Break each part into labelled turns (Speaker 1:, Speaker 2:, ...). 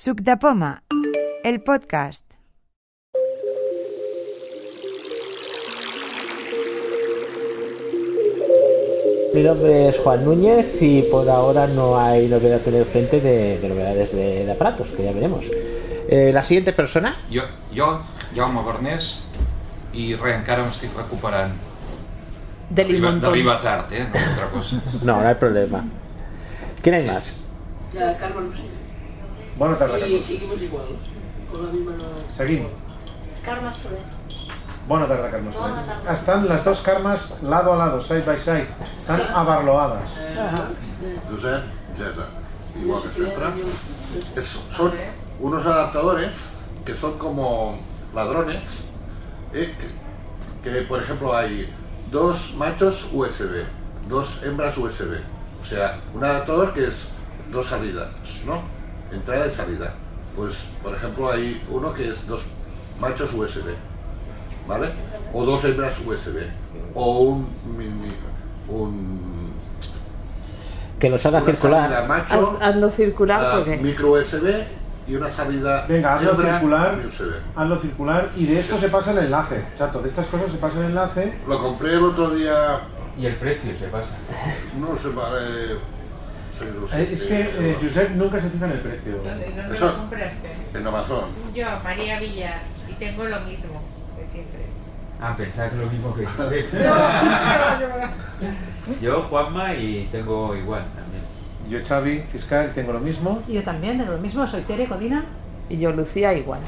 Speaker 1: Suc de poma, el podcast.
Speaker 2: Mi nombre es Juan Núñez y por ahora no hay novedad en el frente de, de novedades de, de aparatos, que ya veremos. Eh, la siguiente persona,
Speaker 3: Jo, jo, Jaume Bernès, i res, encara m'estic recuperant.
Speaker 4: De
Speaker 3: Arriba,
Speaker 4: Limontón.
Speaker 3: arriba tard, eh? No, altra cosa.
Speaker 2: no, no hay problema. ¿Quién hay más?
Speaker 5: de Carme Rossell.
Speaker 6: Bona tarda,
Speaker 5: I
Speaker 6: Carme.
Speaker 5: seguimos igual, con la misma...
Speaker 6: Seguim.
Speaker 7: Carme Soler.
Speaker 6: Bona tarda, Carme. Soler. Ah,
Speaker 7: Bona tarda.
Speaker 6: Estan les dues Carmes lado a lado, side by side. Estan abarloades.
Speaker 7: Eh.
Speaker 8: Josep Gesa, igual que siempre. Es- son unos adaptadores que son como ladrones, eh, que, que, por ejemplo hay dos machos USB, dos hembras USB. O sea, un adaptador que es dos salidas, ¿no? Entrada y salida. Pues, por ejemplo, hay uno que es dos machos USB, ¿vale? O dos hembras USB. O un, mini- un
Speaker 2: Que los haga
Speaker 8: una salida
Speaker 2: circular.
Speaker 8: macho,
Speaker 4: Haz- Hazlo
Speaker 8: ah,
Speaker 4: circular porque.
Speaker 8: micro USB y una salida
Speaker 6: Venga, hazlo
Speaker 8: hembra
Speaker 6: circular.
Speaker 8: y USB.
Speaker 6: Hazlo circular y de esto se pasa el enlace. Chato, de estas cosas se pasa el enlace.
Speaker 8: Lo compré el otro día,
Speaker 9: Y el precio se pasa.
Speaker 8: no sé, vale, seis o
Speaker 6: Eh, es que
Speaker 8: siete
Speaker 6: eh,
Speaker 8: euros.
Speaker 6: Josep nunca se fija en el precio.
Speaker 8: ¿Dónde lo
Speaker 10: compraste?
Speaker 8: en Amazon.
Speaker 10: Yo, María Villar, y tengo lo mismo que siempre.
Speaker 9: Ah, pensaba que lo mismo que José. Yo, Juanma, y tengo igual también.
Speaker 6: Yo, Xavi, fiscal, tengo lo mismo.
Speaker 11: Yo también, de lo mismo, soy Tere Codina.
Speaker 4: Y yo, Lucía, igual.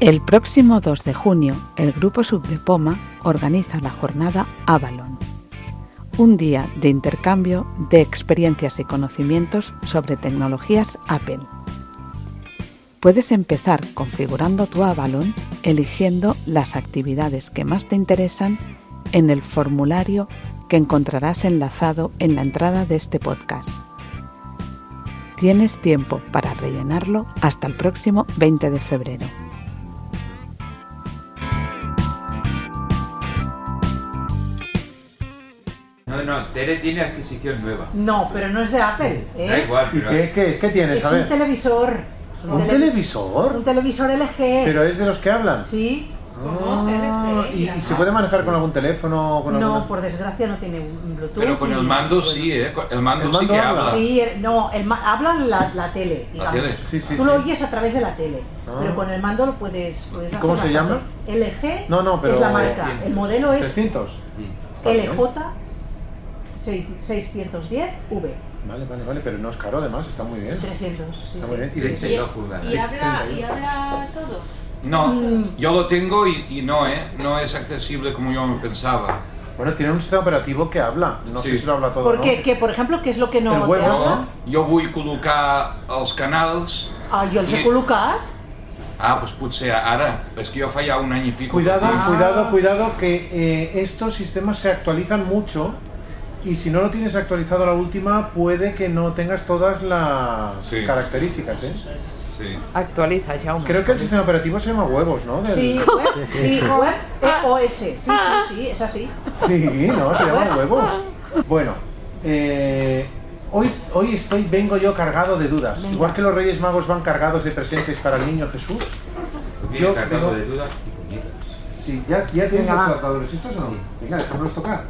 Speaker 12: El próximo 2 de junio, el Grupo Subdepoma organiza la jornada Avalon, un día de intercambio de experiencias y conocimientos sobre tecnologías Apple. Puedes empezar configurando tu Avalon eligiendo las actividades que más te interesan en el formulario que encontrarás enlazado en la entrada de este podcast. Tienes tiempo para rellenarlo hasta el próximo 20 de febrero.
Speaker 9: No, no, Tere tiene adquisición nueva.
Speaker 11: No, pero no es de Apple,
Speaker 9: Da
Speaker 11: ¿eh?
Speaker 9: igual,
Speaker 6: ¿Y
Speaker 9: Ah, pero
Speaker 6: qué, qué, qué tienes?
Speaker 11: Es
Speaker 6: A
Speaker 11: un
Speaker 6: ver.
Speaker 11: televisor. Es
Speaker 6: ¿Un
Speaker 11: tele-
Speaker 6: televisor?
Speaker 11: un televisor LG.
Speaker 6: ¿Pero es de los que hablan?
Speaker 11: Sí.
Speaker 6: Ah, ¿y, y se puede manejar con algún teléfono? o Con
Speaker 11: No,
Speaker 6: alguna-
Speaker 11: por desgracia no tiene un Bluetooth.
Speaker 3: Però con el
Speaker 11: ni-
Speaker 3: mando
Speaker 11: bueno.
Speaker 3: sí, eh? El mando,
Speaker 6: El mando
Speaker 3: sí que
Speaker 6: habla.
Speaker 3: habla.
Speaker 11: Sí, el- no, el ma- habla la, la tele.
Speaker 3: La
Speaker 11: digamos.
Speaker 3: tele.
Speaker 6: Sí, sí,
Speaker 11: Tú lo
Speaker 6: sí.
Speaker 11: oyes a través de la tele,
Speaker 6: Ah.
Speaker 11: pero con el mando lo puedes... puedes
Speaker 6: ¿Y
Speaker 11: hacer
Speaker 6: cómo se llama?
Speaker 11: bastante. LG
Speaker 6: No, no, pero-
Speaker 11: es la marca. El modelo es
Speaker 6: 300. Está bien.
Speaker 11: LJ610V.
Speaker 6: Vale, vale, vale, pero no es caro además, está muy bien.
Speaker 11: 300. sí,
Speaker 6: Está
Speaker 11: sí.
Speaker 6: muy bien. Y de-
Speaker 9: 32 pulgadas.
Speaker 7: Y habla, y habla todo.
Speaker 3: No,
Speaker 11: Mm.
Speaker 3: yo lo tengo y, y no, eh? No es accesible como yo me pensaba.
Speaker 6: Bueno, tiene un sistema operativo que habla. No sé
Speaker 3: Sí.
Speaker 6: si lo habla todo.
Speaker 11: ¿Por
Speaker 6: ¿no?
Speaker 11: qué? Que, por ejemplo, ¿qué es lo que no Ah.
Speaker 6: El
Speaker 11: te
Speaker 6: huevo,
Speaker 11: habla?
Speaker 3: Jo, jo vull col·locar els canals.
Speaker 11: Ah, jo els he
Speaker 3: I-
Speaker 11: col·locat.
Speaker 3: Ah, doncs potser ara. És que jo fa ja un any i pico.
Speaker 6: Cuidado,
Speaker 11: Ah.
Speaker 3: que-
Speaker 6: cuidado, cuidado, que eh, estos sistemas se actualizan mucho y si no lo tienes actualizado a la última, puede que no tengas todas las
Speaker 3: Sí.
Speaker 6: características. ¿eh?
Speaker 3: Sí.
Speaker 4: Actualiza, Jaume.
Speaker 6: Creo que el sistema operativo se llama huevos, ¿no? Del-
Speaker 11: Sí, web, sí, web,
Speaker 6: Ah.
Speaker 11: EOS. Sí, sí, sí, es así.
Speaker 6: Sí, no, se llaman huevos. Bueno, eh, hoy, hoy estoy, vengo yo cargado de dudas.
Speaker 11: Venga.
Speaker 6: Igual que los Reyes Magos van cargados de presentes para el niño Jesús.
Speaker 9: Viene
Speaker 6: Yo
Speaker 9: cargado
Speaker 6: creo-
Speaker 9: de dudas y puñetas.
Speaker 6: Sí, ya, ya tienen
Speaker 11: Venga,
Speaker 6: los
Speaker 11: va.
Speaker 6: adaptadores estos o no. Venga, dejadnos tocar.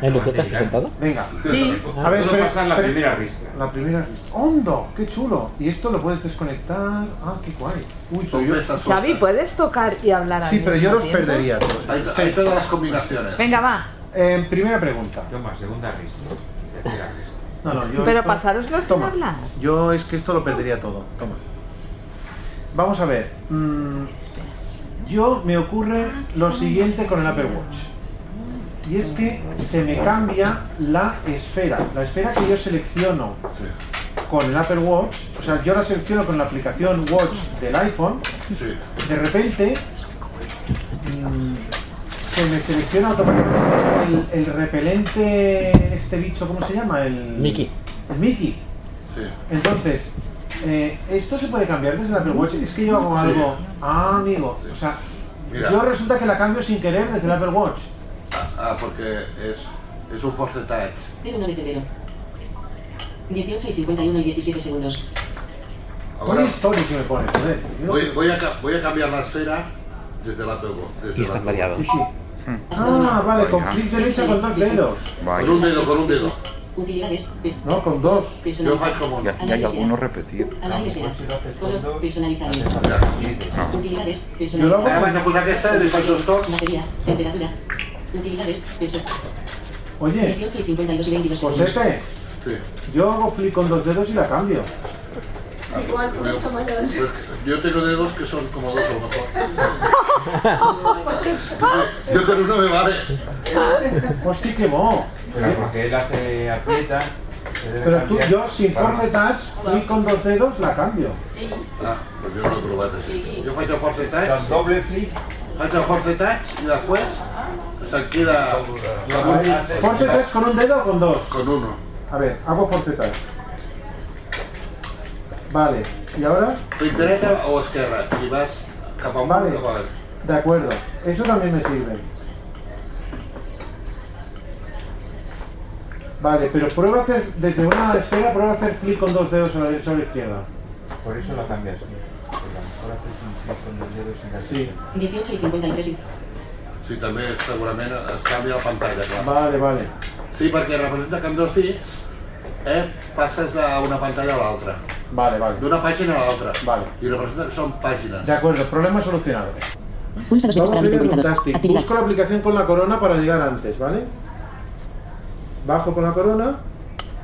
Speaker 2: ¿En los que te has presentado?
Speaker 6: Venga,
Speaker 4: Sí.
Speaker 6: A ver,
Speaker 9: Todo
Speaker 6: pero-
Speaker 9: pasa en la
Speaker 6: pero-
Speaker 9: primera risca.
Speaker 6: la primera es ¡Hondo! ¡Qué chulo! Y esto lo puedes desconectar. ¡Ah, qué guay! Uy,
Speaker 8: Son
Speaker 6: pero yo...
Speaker 8: pesas
Speaker 4: Xavi,
Speaker 8: sueltas.
Speaker 4: ¿puedes tocar y hablar al
Speaker 6: Sí, pero yo
Speaker 4: mismo
Speaker 6: los
Speaker 4: tiempo?
Speaker 6: perdería. todos.
Speaker 8: Hay, hay todas las combinaciones.
Speaker 4: Venga, va.
Speaker 6: Eh, primera pregunta.
Speaker 9: Toma, segunda risca. Tercera risca.
Speaker 6: No, no, yo
Speaker 4: Pero
Speaker 6: esto-
Speaker 4: pasároslo sin
Speaker 6: Toma.
Speaker 4: hablar.
Speaker 6: Yo es que esto lo perdería todo. Toma. Vamos a ver. mm, yo me ocurre lo siguiente con el Apple Watch. Y es que se me cambia la esfera. La esfera que yo selecciono
Speaker 8: Sí,
Speaker 6: con el Apple Watch. O sea, yo la selecciono con la aplicación Watch del iPhone.
Speaker 8: sí.
Speaker 6: De repente mm, se me selecciona automáticamente el, el repelente, este bicho, ¿cómo se llama? El
Speaker 2: Mickey.
Speaker 6: El Mickey.
Speaker 8: sí.
Speaker 6: Entonces, eh, esto se puede cambiar desde el Apple Watch. Es que yo hago
Speaker 8: Sí.
Speaker 6: algo. Ah, amigo.
Speaker 8: Sí.
Speaker 6: O sea,
Speaker 8: Mira.
Speaker 6: yo resulta que la cambio sin querer desde el Apple Watch.
Speaker 8: Ah, ah, porque es És un porcentaje.
Speaker 5: 1 de febrero. 18 y 51 y 17 segundos.
Speaker 8: Ahora
Speaker 6: Tony que me pone, joder.
Speaker 8: voy, voy a, ca- voy a cambiar la esfera desde la pego.
Speaker 2: Y están variados.
Speaker 6: Sí, sí. Ah, vale, con clic derecha con dos dedos.
Speaker 8: Con un dedo, con un dedo.
Speaker 5: Utilidades. per-
Speaker 6: No, con dos.
Speaker 5: Yo más como-
Speaker 13: Y, y hay algunos repetidos.
Speaker 5: Análisis de datos. Color personalizado. Utilidades.
Speaker 13: Yo lo hago
Speaker 5: personalizadas.
Speaker 8: Ah,
Speaker 13: cuando- pues aquí está el falso stock.
Speaker 5: Batería. Temperatura. Utilidades. Peso.
Speaker 6: Oye.
Speaker 5: 18 y 52 y 22
Speaker 6: Pues
Speaker 5: segundos.
Speaker 6: Josete. Yo hago flick con dos dedos y la cambio.
Speaker 14: Igual, por eso me levanté.
Speaker 8: Yo tengo dedos que son como dos a lo mejor. Yo con uno me vale.
Speaker 6: Hostia, qué mo.
Speaker 9: Pero porque él hace aprieta. se debe
Speaker 6: Pero tú,
Speaker 9: cambiar.
Speaker 6: yo sin
Speaker 9: Para-
Speaker 6: force touch, flick con dos dedos, la cambio.
Speaker 8: Ah, pues yo no lo he provat així. Jo faig el force touch. Doble flick. Faig el force touch i després se'n queda la
Speaker 6: Vale. Force touch con un dedo o con dos?
Speaker 8: Con uno.
Speaker 6: A ver, hago force touch. Vale, ¿y ahora?
Speaker 8: Clic dreta o esquerra i vas cap amunt
Speaker 6: Vale.
Speaker 8: vale. cap avall.
Speaker 6: De acuerdo, eso también me sirve. Vale, pero prueba a hacer, desde una esfera, prueba a hacer flick con dos dedos sobre la izquierda.
Speaker 9: Por eso la cambias. Porque a lo mejor haces un clic con los dedos en la
Speaker 6: Sí.
Speaker 5: 18 y 53 y...
Speaker 8: Sí, també segurament es canvia la pantalla, clar.
Speaker 6: Vale, vale.
Speaker 8: Sí, perquè representa que amb dos dits eh, passes d'una pantalla a l'altra.
Speaker 6: Vale, vale.
Speaker 8: D'una pàgina a l'altra.
Speaker 6: Vale.
Speaker 8: I representa que són pàgines.
Speaker 6: De acuerdo, problema solucionado.
Speaker 5: Pulsa los
Speaker 6: Vamos a
Speaker 5: extras
Speaker 6: ir a
Speaker 5: del
Speaker 6: Fantastic.
Speaker 5: Actividad.
Speaker 6: Busco la aplicación con la corona para llegar antes, ¿vale? Bajo con la corona.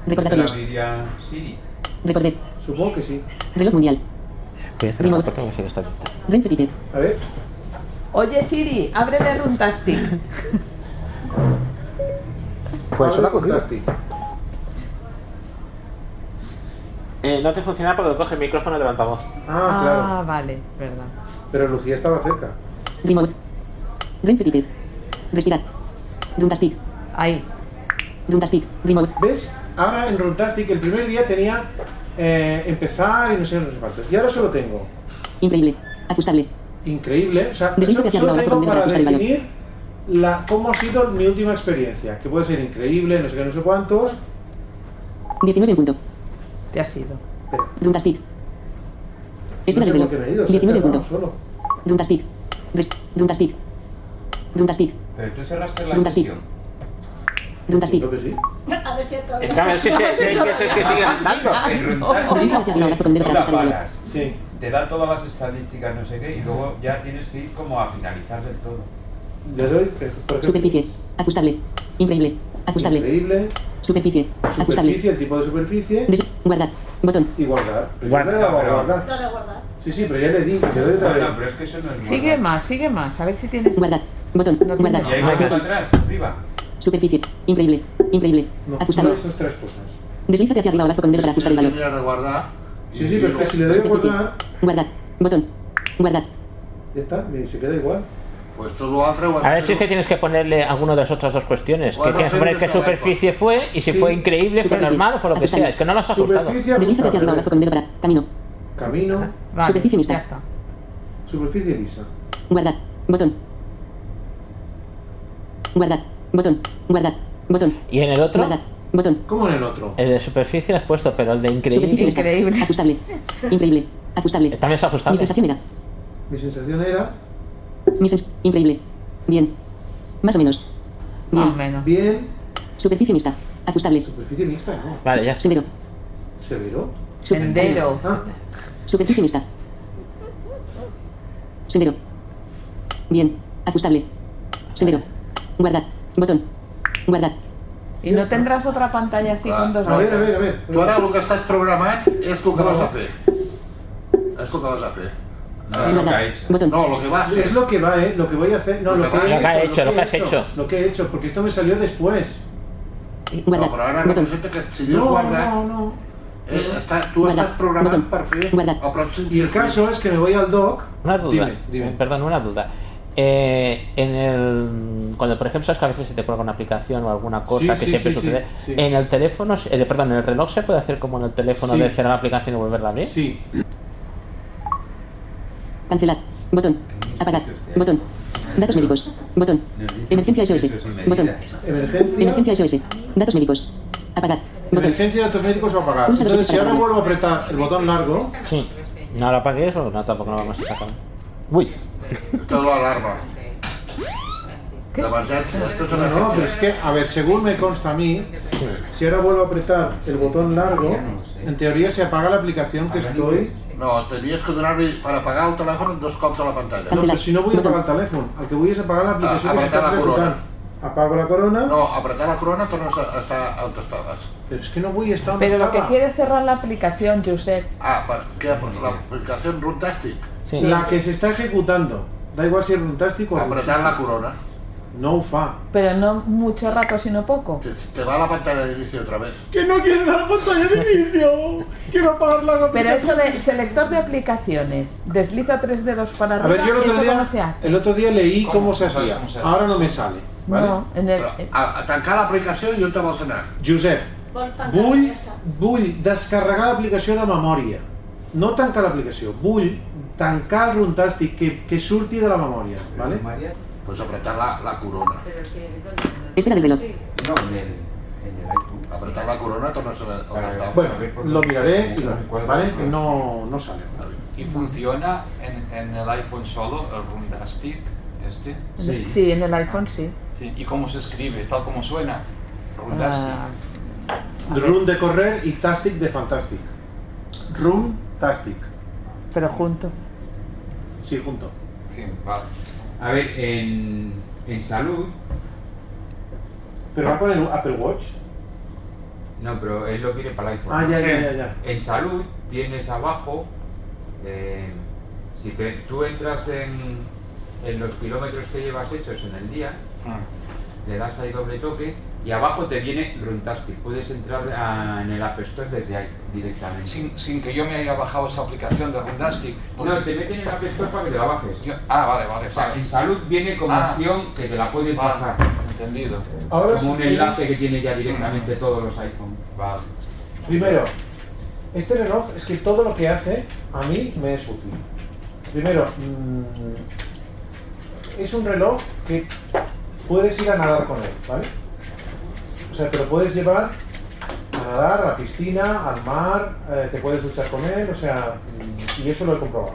Speaker 5: Recordatorios.
Speaker 9: La diría Siri.
Speaker 5: Recordé.
Speaker 6: Supongo que sí.
Speaker 5: Reloj mundial.
Speaker 2: Voy a hacer la puerta porque está abierta.
Speaker 5: Renfe Ticket.
Speaker 6: A ver.
Speaker 12: Oye Siri, abre de Runtastic.
Speaker 2: Pues eso la
Speaker 6: contaste.
Speaker 2: Eh, no te funciona porque coge el micrófono de altavoz.
Speaker 6: Ah, claro.
Speaker 12: vale, verdad.
Speaker 6: Pero Lucía estaba cerca.
Speaker 5: Remote. Renfe Ticket. Respirar. Runtastic.
Speaker 12: Ahí.
Speaker 5: Runtastic. Remote.
Speaker 6: ¿Ves? Ahora en Runtastic el primer día tenía eh, empezar y no sé, no sé cuántos. Y ahora solo tengo.
Speaker 5: Increíble. Ajustable.
Speaker 6: Increíble. O sea,
Speaker 5: Desliza
Speaker 6: solo,
Speaker 5: hacia
Speaker 6: solo
Speaker 5: arriba
Speaker 6: tengo
Speaker 5: abajo
Speaker 6: para
Speaker 5: con el dedo para ajustar el
Speaker 6: definir la, cómo ha sido mi última experiencia. Que puede ser increíble, no sé qué, no sé cuántos.
Speaker 5: 19 en punto.
Speaker 12: Te has ido.
Speaker 5: Runtastic. Espera
Speaker 6: No sé
Speaker 5: de
Speaker 6: por qué me he ido,
Speaker 5: reloj.
Speaker 6: se ha
Speaker 5: 19 en
Speaker 6: cerrado
Speaker 5: punto. Runtastic. Rest- Runtastic. Runtastic.
Speaker 9: Pero tú cerraste la
Speaker 5: Runtastic.
Speaker 9: sesión.
Speaker 5: Runtastic.
Speaker 14: A ver si a todos.
Speaker 2: Está bien, sí, sí, sí, es que- es que sigue andando.
Speaker 9: El Runtastic,
Speaker 5: Orienta hacia arriba abajo con el dedo
Speaker 9: tú
Speaker 5: para
Speaker 9: las
Speaker 5: ajustar el reloj.
Speaker 9: balas.
Speaker 6: Sí.
Speaker 9: Te da todas las estadísticas, no sé qué, y luego ya tienes que ir como a finalizar del todo.
Speaker 6: Le doy, eh, por ejemplo,
Speaker 5: Superficie. Ajustable. Increíble. Ajustable.
Speaker 6: Increíble.
Speaker 5: Superficie. Ajustable.
Speaker 6: superficie, el tipo de superficie
Speaker 5: Des- guardar. Botón.
Speaker 6: y guardar. Pero yo le he dado a guardar. Sí, sí, pero ya le di, le doy otra vez.
Speaker 9: Pero es que eso no es bueno.
Speaker 12: Sigue más, sigue más. A ver si tienes.
Speaker 5: Guardar. Botón. guardar.
Speaker 9: Y hay más para atrás, arriba.
Speaker 5: Superficie. Increíble. Increíble. Ajustable.
Speaker 6: No, esas tres cosas.
Speaker 5: Deslízate hacia arriba o abajo con el dedo para ajustar el valor.
Speaker 8: Mirar a guardar.
Speaker 6: Sí, sí, pero es que si le doy a guardar,
Speaker 5: Guardar. Botón. Guardar.
Speaker 6: ya está, mira, se queda igual.
Speaker 8: Pues todo lo otro...
Speaker 2: A ver si es que tienes que ponerle alguna de las otras dos cuestiones. Que
Speaker 6: Bueno,
Speaker 2: tienes que poner qué
Speaker 6: pero eso va
Speaker 2: superficie fue y si
Speaker 6: Sí.
Speaker 2: fue increíble, fue
Speaker 6: Superficie.
Speaker 2: normal o fue lo que sea. Es que no lo has ajustado.
Speaker 6: Superficie
Speaker 5: Deslízate hacia arriba o abajo con el dedo para. Camino.
Speaker 6: Camino.
Speaker 5: Superficie mixta.
Speaker 6: Superficie lisa.
Speaker 5: Guardar. Botón. Guardar. Botón. Guardar. Botón.
Speaker 2: ¿Y en el otro?
Speaker 5: Guardar. Botón.
Speaker 6: ¿Cómo en el otro?
Speaker 2: El de superficie lo has puesto, pero el de increíble.
Speaker 5: Superficie mixta. Ajustable. Increíble. Ajustable.
Speaker 2: También es
Speaker 5: Mi
Speaker 2: ajustable.
Speaker 5: sensación era.
Speaker 6: Mi sensación era.
Speaker 5: Mi sens- Increíble. Bien. Más o menos. Bien.
Speaker 6: Bien.
Speaker 5: Superficie mixta. Ajustable.
Speaker 6: Superficie mixta, no.
Speaker 2: Vale, ya.
Speaker 5: Sendero.
Speaker 6: Severo.
Speaker 5: Sendero.
Speaker 6: Ah,
Speaker 5: Superficie mixta. Sendero. Bien. Ajustable. Sendero. Guardar. Botón. Guardar.
Speaker 12: ¿Y no tendrás otra pantalla así con dos
Speaker 8: A ver, a ver,
Speaker 6: Ah, a ver.
Speaker 8: Tu ara el que estàs programant és el que vas a fer. És el que vas a fer. Ah,
Speaker 6: lo que ha
Speaker 5: hecho. Botón.
Speaker 8: No, lo que va a hacer.
Speaker 6: Es lo que va, ¿eh? Lo que voy a hacer. No, lo, que, he
Speaker 2: ha hecho,
Speaker 6: lo que
Speaker 2: has
Speaker 6: he
Speaker 2: hecho.
Speaker 6: Lo que he hecho, porque esto me salió después.
Speaker 5: Guardar.
Speaker 8: Però ara
Speaker 5: Botón.
Speaker 8: representa que si dius
Speaker 6: No,
Speaker 8: guardar,
Speaker 6: no, no.
Speaker 8: eh, està, tu estàs programant per fer el pròxim
Speaker 6: Y el caso es que me voy al doc.
Speaker 2: Una duda.
Speaker 6: Dime, dime.
Speaker 2: Perdón, una duda. Eh, en el, cuando por ejemplo sabes que a veces se te cuelga una aplicación o alguna cosa
Speaker 6: Sí,
Speaker 2: que
Speaker 6: sí,
Speaker 2: siempre
Speaker 6: sí,
Speaker 2: sucede
Speaker 6: sí, sí.
Speaker 2: en el teléfono se- eh, perdón en el reloj se puede hacer como en el teléfono
Speaker 6: Sí.
Speaker 2: de cerrar la aplicación y volverla a abrir
Speaker 6: sí
Speaker 5: Cancelar. Botón. Apagar. Botón. Datos médicos. Botón. Emergencia SOS. Botón. Emergencia SOS. Datos médicos. Apagar. Botón.
Speaker 6: Emergencia de datos médicos o apagar.
Speaker 5: Pulsa dos
Speaker 6: Entonces, si
Speaker 5: veces para
Speaker 6: ahora
Speaker 5: apagar.
Speaker 6: vuelvo a apretar el botón largo.
Speaker 2: Sí. No la apagues o no, tampoco no vamos a sacar. Uy.
Speaker 8: Esto es la alarma. La emergencia, esto es una
Speaker 6: No, no, pero es
Speaker 8: emergencia.
Speaker 6: que, a ver, según me consta a mí, si ahora vuelvo a apretar el botón largo, en teoría se apaga la aplicación que estoy.
Speaker 8: No, tenies que donar-li per apagar el telèfon dos cops a la pantalla.
Speaker 6: No, pero si no voy a apagar el teléfono, el que voy es apagar la aplicación que
Speaker 8: Ah, apretar
Speaker 6: está
Speaker 8: la corona.
Speaker 6: ejecutant. Apago la corona.
Speaker 8: No, apretar la corona tornes a estar on estaves.
Speaker 6: Pero es que no voy a estar on
Speaker 12: Pero lo que
Speaker 6: estava.
Speaker 12: quiere es cerrar la aplicación, Josep.
Speaker 8: Ah, per, què? Per l'aplicació Runtastic.
Speaker 6: La que se está ejecutando. Da igual si es runtástico o
Speaker 8: Apretar la corona.
Speaker 6: No fa.
Speaker 12: Pero no mucho rato, sino poco.
Speaker 8: Te va a la pantalla de inicio otra vez.
Speaker 6: ¡Que no quiero la pantalla de inicio! ¡Quiero apagar la
Speaker 12: Pero eso
Speaker 6: aplicación.
Speaker 12: de selector de aplicaciones, desliza tres dedos para
Speaker 6: A
Speaker 12: arriba,
Speaker 6: ver, yo
Speaker 12: ¿eso
Speaker 6: el otro
Speaker 12: cómo
Speaker 6: día,
Speaker 12: se hace?
Speaker 6: el otro día leí
Speaker 8: ¿Cómo?
Speaker 6: cómo se
Speaker 8: ¿Sabes
Speaker 6: hacía.
Speaker 8: cómo se hace?
Speaker 6: Ahora no me sale. ¿vale? Ah.
Speaker 12: No, en el...
Speaker 8: A, a tancar l'aplicació i on te vols anar?
Speaker 6: Josep, Vull, vull descarregar l'aplicació de memòria. No tancar l'aplicació, vull tancar el runtàstic que, que surti de la memòria. Vale?
Speaker 8: Pues apretar la, la corona.
Speaker 5: Espera del reloj.
Speaker 8: No, en el, Apretar la corona tornes a on estaves.
Speaker 6: Bueno, lo miraré, y lo- ¿vale? No, no sale.
Speaker 3: ¿Y funciona en, en el iPhone solo, el Runtastic este?
Speaker 12: Sí. en el iPhone sí.
Speaker 3: Sí, ¿Y cómo se escribe? Tal como suena.
Speaker 12: Ah.
Speaker 3: Runtastic.
Speaker 6: Run de correr y Tastic de Fantastic. Run Tastic.
Speaker 12: Pero junto.
Speaker 6: Sí, junto.
Speaker 9: A ver, en, en salud,
Speaker 6: Pero va con el Apple Watch.
Speaker 9: no, pero es lo que tiene para el iPhone.
Speaker 6: Ah, ya,
Speaker 9: Sí.
Speaker 6: ya, ya, ya.
Speaker 9: En salud tienes abajo, eh, si te- tú entras en, en los kilómetros que llevas hechos en el día,
Speaker 3: Mm.
Speaker 9: le das ahí doble toque y abajo te viene Runtastic. Puedes entrar a- en el App Store desde ahí directamente.
Speaker 3: Sin, sin que yo me haya bajado esa aplicación de Runtastic.
Speaker 9: No, te meten en la pesca para que te la bajes.
Speaker 3: Yo- ah, vale, vale.
Speaker 9: O sea,
Speaker 3: vale.
Speaker 9: en salud viene como
Speaker 3: Ah.
Speaker 9: opción que te la puedes bajar.
Speaker 3: Entendido.
Speaker 6: Ahora
Speaker 9: como
Speaker 6: sí
Speaker 9: un
Speaker 6: que
Speaker 9: enlace
Speaker 6: es-
Speaker 9: que tiene ya directamente todos los iPhone.
Speaker 6: Primero, este reloj es que todo lo que hace a mí me es útil. Primero, mm, es un reloj que puedes ir a nadar con él, ¿vale? O sea, te lo puedes llevar a nadar, a la piscina, al mar, eh, te puedes duchar con él, o sea, mm, y eso lo he comprobado.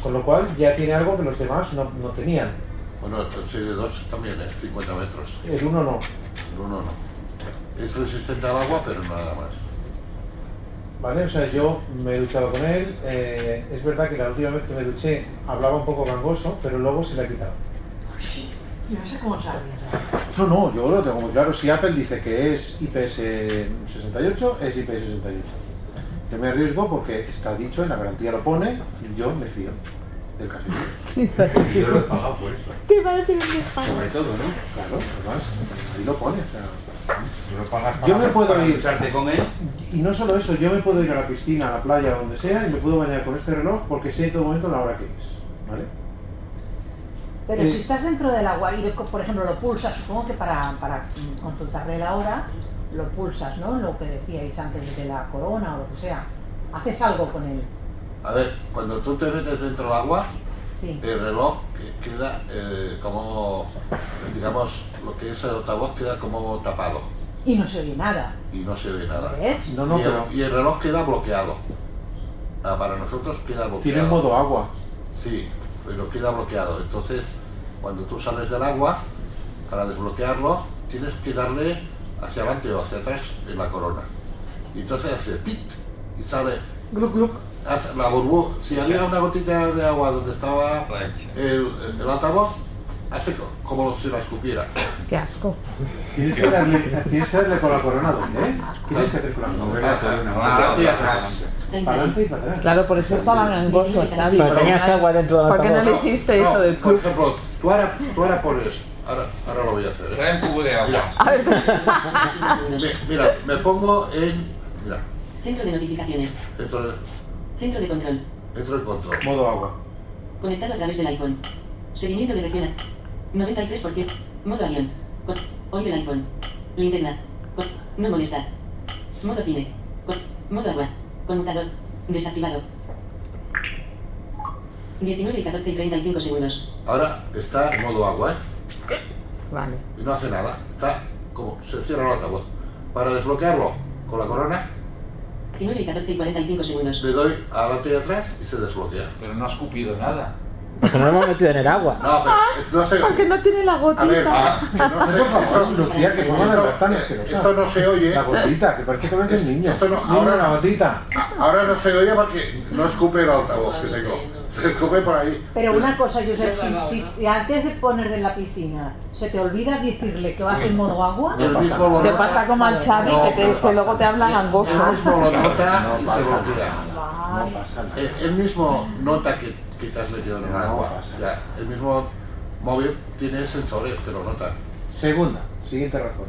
Speaker 6: Con lo cual ya tiene algo que los demás no, no tenían.
Speaker 8: Bueno, el serie 2 también es 50 metros.
Speaker 6: El uno no.
Speaker 8: El uno no. Es resistente al agua, pero nada más.
Speaker 6: ¿Vale? O sea, yo me he duchado con él. eh, es verdad que la última vez que me duché hablaba un poco gangoso, pero luego se le ha quitado.
Speaker 10: No sé cómo sabes.
Speaker 6: No, no, yo lo tengo muy claro. Si Apple dice que es IPS68, es IP68. Yo me arriesgo porque está dicho, en la garantía lo pone, y yo me fío del caso.
Speaker 9: Y yo lo he pagado por eso.
Speaker 14: Te va a decir un disparo.
Speaker 9: Sobre todo, ¿no?
Speaker 6: Claro, además, ahí lo pone. O sea,
Speaker 9: Lo pagas para,
Speaker 6: yo me puedo
Speaker 9: para
Speaker 6: ir.
Speaker 9: ducharte con él.
Speaker 6: Y no solo eso, yo me puedo ir a la piscina, a la playa, a donde sea, y me puedo bañar con este reloj porque sé en todo momento la hora que es. ¿Vale?
Speaker 10: Pero
Speaker 6: Eh.
Speaker 10: si estás dentro del agua y, lo co- por ejemplo, lo pulsas, supongo que para, para mm, consultarle la hora, lo pulsas, ¿no? Lo que decíais antes de la corona o lo que sea. Haces algo con él.
Speaker 8: A ver, cuando tú te metes dentro del agua,
Speaker 10: Sí.
Speaker 8: el reloj que- queda eh, como, digamos, lo que es el altavoz queda como tapado
Speaker 10: Y no se oye nada.
Speaker 8: y no se oye nada.
Speaker 10: ¿Ves?
Speaker 6: No, no,
Speaker 8: y, el,
Speaker 6: pero-
Speaker 8: y el reloj queda bloqueado. Ah, para nosotros queda bloqueado.
Speaker 6: Tiene modo agua.
Speaker 8: Sí, pero queda bloqueado. Entonces, cuando tú sales del agua, para desbloquearlo, tienes que darle hacia adelante o hacia atrás en la corona. Y entonces hace tit y sale. Hace La burbuja. Si había una gotita de agua donde estaba el, el altavoz, hace co- como si la escupiera.
Speaker 12: Qué asco.
Speaker 6: Tienes que darle, tienes que darle con la corona doble, ¿eh? Tienes que hacer con la corona.
Speaker 8: Adelante y atrás.
Speaker 6: Adelante y para atrás.
Speaker 12: Claro, por eso estaba gangoso, Xavi.
Speaker 2: Pero tenías agua dentro del
Speaker 12: ¿Por qué no le
Speaker 2: altavoz.
Speaker 12: hiciste eso de
Speaker 8: Por ejemplo, tú ahora, tú ahora pones. Ahora, ahora lo voy a hacer. ¿eh?
Speaker 3: Trae un cubo de agua.
Speaker 12: A ver,
Speaker 8: Mi- Mira, me pongo en. Mira,
Speaker 5: Centro de notificaciones.
Speaker 8: entro, en-
Speaker 5: Centro de control.
Speaker 8: entro en control.
Speaker 6: Modo agua.
Speaker 5: Conectado a través del iPhone. Seguimiento de región. 93%. Modo avión. Con... Oír el iPhone. Linterna. Con... No molesta. Modo cine. Con... Modo agua. Conmutador. Desactivado. 19 y 14 y 35 segundos.
Speaker 8: Ahora está en modo agua, ¿eh?
Speaker 10: Vale.
Speaker 8: Y no hace nada. Está como se cierra el altavoz. Para desbloquearlo con la corona,
Speaker 5: 19 y 14 y 45 segundos.
Speaker 8: le doy adelante y atrás y se desbloquea.
Speaker 3: Pero no ha escupido nada.
Speaker 2: Porque no lo hemos metido en el agua.
Speaker 8: No, pero es- no sé.
Speaker 12: Porque no tiene la gotita.
Speaker 8: A ver, ah, que no sé.
Speaker 6: Por favor,
Speaker 8: esto-
Speaker 6: Lucía, que forma de
Speaker 8: esto- eh,
Speaker 6: verdad tan asquerosa.
Speaker 8: Esto no se oye.
Speaker 6: La gotita, que parece que no es
Speaker 8: Es-
Speaker 6: del niño.
Speaker 8: esto no-
Speaker 6: Niño,
Speaker 8: ahora-
Speaker 6: la gotita.
Speaker 8: Ahora no se oye porque no escupe el altavoz que tengo. Se escupe por ahí.
Speaker 10: Pero una cosa, Josep, si, si antes de ponerte en la piscina se te olvida decirle que vas en modo agua,
Speaker 8: El mismo lo
Speaker 12: Te
Speaker 8: nota,
Speaker 12: pasa como al Xavi,
Speaker 8: ah, No,
Speaker 12: que, te-
Speaker 8: no
Speaker 12: que
Speaker 8: pasa.
Speaker 12: luego te habla gangoso.
Speaker 8: el mismo lo nota
Speaker 6: No
Speaker 8: y
Speaker 6: pasa
Speaker 8: se Eh, bloquea.
Speaker 6: No pasa nada.
Speaker 8: El, el mismo nota que, que te has metido en el
Speaker 6: No
Speaker 8: agua.
Speaker 6: pasa
Speaker 8: Ya, el mismo móvil tiene sensores que lo notan.
Speaker 6: Segunda, siguiente razón.